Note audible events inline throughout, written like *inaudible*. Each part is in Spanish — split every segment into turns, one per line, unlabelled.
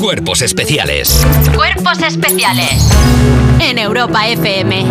Cuerpos especiales.
Cuerpos especiales en Europa FM.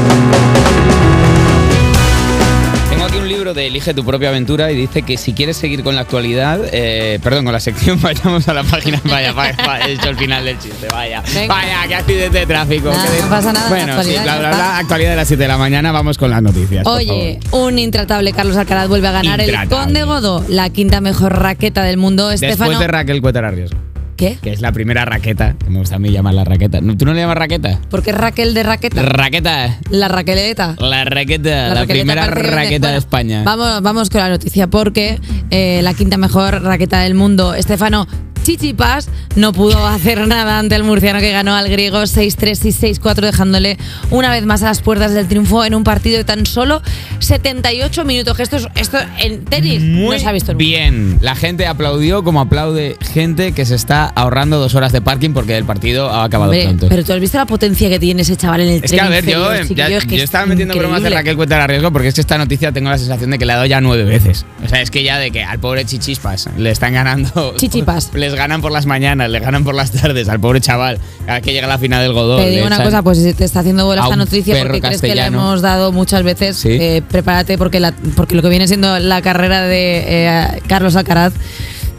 Tengo aquí un libro de Elige tu propia aventura y dice que si quieres seguir con la actualidad, eh, perdón, con la sección, *laughs* vayamos a la página. Vaya, vaya, vaya, he hecho el final del chiste, vaya.
Venga.
Vaya, qué accidente de tráfico.
Nada,
qué de-
no pasa nada,
Bueno,
actualidad,
sí, bla,
ya
bla,
está.
bla, actualidad de las 7 de la mañana, vamos con las noticias. por
Oye, un intratable Carlos Alcaraz vuelve a ganar el
Intratable.
Conde Godó, la quinta mejor raqueta del mundo.
favor.
Estefano.
Después de Raquel Cuétara Riesgo,
¿Qué?
que es la primera raqueta, que me gusta a mí llamarla raqueta. ¿No- ¿Tú no le llamas raqueta?
¿Por qué Raquel de raqueta?
Raqueta.
la raqueleta.
La raqueta, la,
raqueleta
primera
parece que viene-
raqueta de
Bueno,
España.
Vamos, vamos con la noticia porque eh, la quinta mejor raqueta del mundo, Estefano Chichipas, no pudo *laughs* hacer nada ante el murciano que ganó al griego 6-3 y 6-4, dejándole una vez más a las puertas del triunfo en un partido de tan solo 78 minutos. Que esto, es- esto en tenis no se ha visto nunca.
bien. La gente aplaudió como aplaude gente que se está ahorrando dos horas de parking porque el partido ha acabado
Hombre,
pronto.
pero tú has visto la potencia que tiene ese chaval en el
es
tren
que a ver, yo,
inferior,
eh,
chiquillo,
ya-
es que
yo
es
estaba metiendo bromas de
increíble.
Raquel Cuétara Riesgo porque es que esta noticia tengo la sensación de que le ha dado ya nueve veces. O sea, es que ya de que al pobre Chichispas le están
*laughs*
ganando.
Chichipas.
*laughs* Les ganan por las mañanas, le ganan por las tardes al pobre chaval. Cada vez que llega la final del Godó.
Te
le
digo una
echan-
cosa, pues si te está haciendo bola
a
esta
un
noticia porque
perro
crees que la
castellano.
hemos dado muchas veces.
Sí.
Eh, prepárate porque, la, porque lo que viene siendo la carrera de eh, Carlos Alcaraz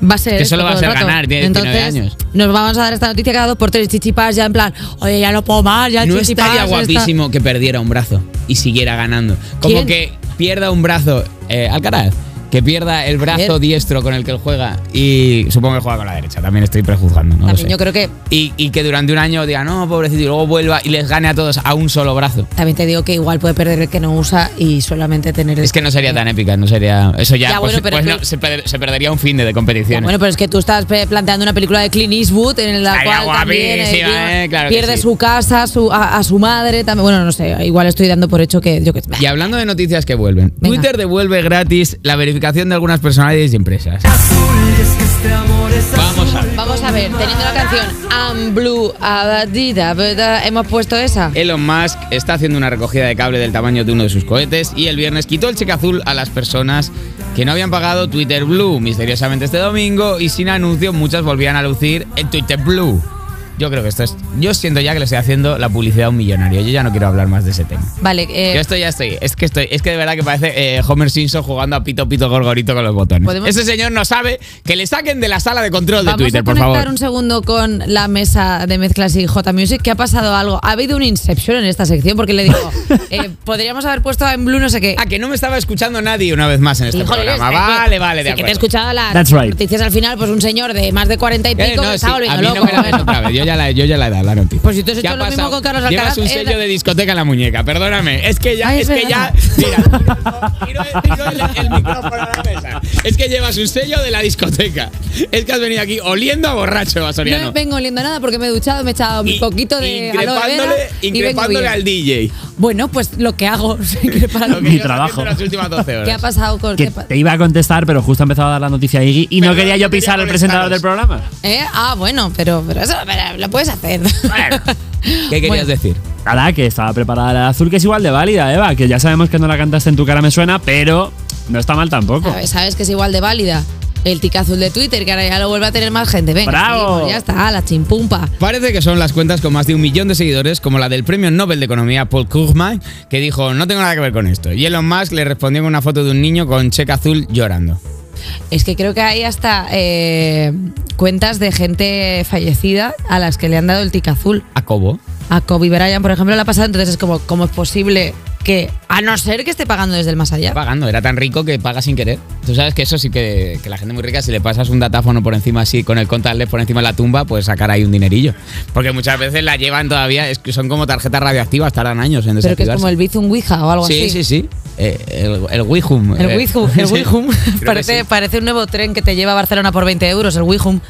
va a ser.
Que
esto
solo va
todo
a
el
ser
rato.
ganar, tiene 19
Entonces,
años.
Nos vamos a dar esta noticia cada dos por tres chichipas ya en plan, oye, ya no puedo más, ya
no
chichipas.
estaría
ya está".
guapísimo que perdiera un brazo y siguiera ganando. Como
¿Quién?
que pierda un brazo eh, Alcaraz. Que pierda el brazo
Javier.
diestro con el que él juega y supongo que juega con la derecha, también estoy prejuzgando. No lo
También
sé.
yo creo que.
y, y que durante un año diga, no, pobrecito, y luego vuelva y les gane a todos a un solo brazo.
También te digo que igual puede perder el que no usa y solamente tener el
Es que no sería tan épica, no sería. Eso ya,
Ya,
pues-
bueno, pero
pues
tú-
no, se, per- se perdería un fin de, de competición.
Bueno, pero es que tú estás pe- planteando una película de Clint Eastwood en la
Estaría
cual también eh,
guapísima,
pierde-
eh, claro que
pierde
sí.
su casa, su- a, a su madre, también. Bueno, no sé, igual estoy dando por hecho que yo que
Y hablando de noticias que vuelven,
Venga.
Twitter devuelve gratis la verificación de algunas personalidades y empresas. Vamos a ver.
Vamos a ver, teniendo la canción I'm Blue Abadida, ¿verdad? hemos puesto esa.
Elon Musk está haciendo una recogida de cable del tamaño de uno de sus cohetes y el viernes quitó el cheque azul a las personas que no habían pagado Twitter Blue misteriosamente este domingo y sin anuncio muchas volvían a lucir el Twitter Blue. Yo creo que esto es... Yo siento ya que le estoy haciendo la publicidad a un millonario. Yo ya no quiero hablar más de ese tema.
Vale, eh,
Yo esto ya estoy. Es que estoy. Es que de verdad que parece eh, Homer Simpson jugando a pito pito gorgorito con los botones.
¿Podemos-
Ese señor no sabe que le saquen de la sala de control de
vamos
Twitter,
a
por
conectar
favor.
un segundo con la mesa de mezclas y J Music, que ha pasado algo. Ha habido un inception en esta sección porque
*laughs*
le digo, eh, podríamos haber puesto I'm Blue no sé qué.
Ah, que no me estaba escuchando nadie una vez más en este
Híjole,
programa.
es que-
Vale, vale, de
sí que
acuerdo.
te he escuchado las
That's right.
noticias al final, pues un señor de más de 40 y pico
Eh, no,
que
sí,
estaba
a
volviendo
mí
loco.
no me la des otra vez. Yo ya la, yo ya la he dado la noticia.
Pues si tú has
¿Qué
hecho
ha
lo mismo
pasado?
con Carlos
Llevas
Alcaraz,
un
eh,
sello
la-
de discoteca en la muñeca, perdóname. Es que ya,
Ay,
es,
es
que ya.
verdad.
Mira, tiro, tiro el, el micrófono a la mesa. Es que llevas un sello de la discoteca. Es que has venido aquí oliendo a borracho, Basoriano.
No vengo oliendo nada porque me he duchado, me he echado un
Y-
poquito de aloe vera
increpándole,
y vengo
increpándole
bien.
al DJ.
*laughs* Bueno, pues lo que hago *laughs* es increpar
Lo
al
que
Mi
llevas
trabajo.
haciendo Las últimas 12 horas.
¿Qué ha pasado con
Que
qué pa-
te iba a contestar, pero justo ha empezado a dar la noticia Iggy y no
Perdón,
quería yo
quería
pisar al presentador del
molestaros.
programa.
¿Eh? Ah, bueno, pero, pero eso pero lo puedes hacer. *laughs*
¿Qué querías
Bueno,
decir?
Nada, que estaba preparada la de azul, que es igual de válida, Eva, que ya sabemos que no la cantaste en tu cara me suena, pero no está mal tampoco.
Sabes, sabes que es igual de válida. El tic azul de Twitter, que ahora ya lo vuelve a tener más gente. Venga,
Bravo.
seguimos, ya está, la chimpumpa.
Parece que son las cuentas con más de un millón de seguidores, como la del premio Nobel de Economía Paul Krugman, que dijo, no tengo nada que ver con esto. Y Elon Musk le respondió con una foto de un niño con cheque azul llorando.
Es que creo que hay hasta eh, cuentas de gente fallecida a las que le han dado el tic azul.
¿A Cobo?
A Kobe Bryant, por ejemplo, la ha pasado. Entonces es como, ¿cómo es posible que, a no ser que esté pagando desde el más allá?
Pagando, era tan rico que paga sin querer. Tú sabes que eso sí que, que la gente muy rica, si le pasas un datáfono por encima así, con el contactless por encima de la tumba, puedes sacar ahí un dinerillo. Porque muchas veces la llevan todavía, es que son como tarjetas radioactivas, tardan años en
Pero que es
desactivarse.
como el Bizum Ouija o algo
sí, sí,
así.
sí. Eh, el, el Wihum.
El
eh,
Wihum,
*laughs*
el
sí.
Wihum.
Creo que
parece,
sí.
parece un nuevo tren que te lleva a Barcelona por 20 euros, el Wihum.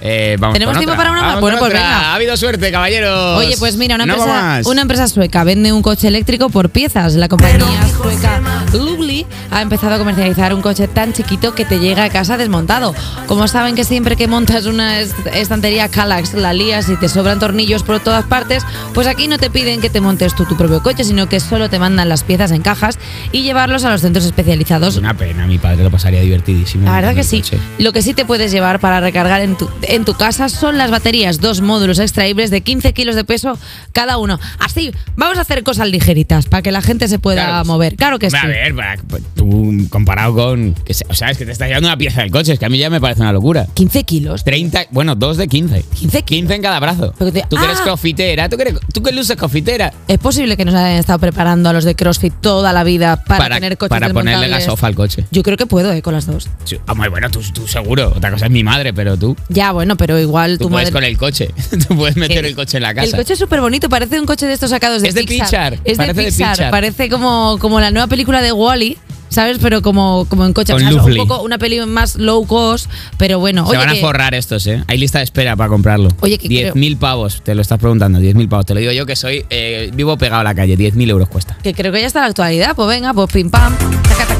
Eh, vamos
¿Tenemos
con
tiempo
otra.
para una más?
Vamos
Bueno,
con
pues
otra.
venga.
Ha habido suerte, caballeros.
Oye, pues mira, una,
No va
empresa,
más.
una empresa sueca vende un coche eléctrico por piezas. La compañía sueca Lubli Audi ha empezado a comercializar un coche tan chiquito que te llega a casa desmontado. Como saben que siempre que montas una est- estantería Calax la lías y te sobran tornillos por todas partes, pues aquí no te piden que te montes tú tu propio coche, sino que solo te mandan las piezas en cajas y llevarlos a los centros especializados.
Es una pena, mi padre lo pasaría divertidísimo.
La verdad que
montando
sí.
el coche.
Lo que sí te puedes llevar para recargar en tu, en tu casa son las baterías, dos módulos extraíbles de 15 kilos de peso cada uno. Así, vamos a hacer cosas ligeritas para que la gente se pueda
Claro que sí.
mover. Claro que sí.
A ver, para- pues, tú comparado con. que se- o sea, es que te estás llevando una pieza del coche, es que a mí ya me parece una locura.
15 kilos.
30, bueno, dos de 15.
15
en cada brazo.
Pues Pero te-
tú que eres
¡Ah!
cofitera, tú que, eres- tú que luces cofitera.
Es posible que nos hayan estado preparando a los de CrossFit toda la vida para, tener coches
para ponerle
desmontables?
gasofa al coche.
Yo creo que puedo, eh, con las dos.
Sí, ah, muy bueno, tú, tú seguro. Otra cosa es mi madre, pero tú.
Ya, bueno, pero igual
Tú
tu
puedes
madre.
con el coche. *laughs* Tú puedes meter
Eh,
el coche en la casa.
El coche es súper bonito, parece un coche de estos sacados de
Es de
Pixar.
Pixar,
Es
parece
de
de
Pixar,
Pixar.
parece como, como la nueva película de Wally. ¿Sabes? Pero como, como en coche.
Con
O sea, un
Lovely.
poco una peli más low cost, pero bueno.
Se
oye,
van a
que-
forrar estos, ¿eh? Hay lista de espera para comprarlo.
Oye, que
10.000 pavos, te lo estás preguntando, 10.000 pavos. Te lo digo yo que soy eh, vivo pegado a la calle, 10.000 euros cuesta.
que creo que ya está la actualidad. Pues venga, pues pim pam. Taca, taca,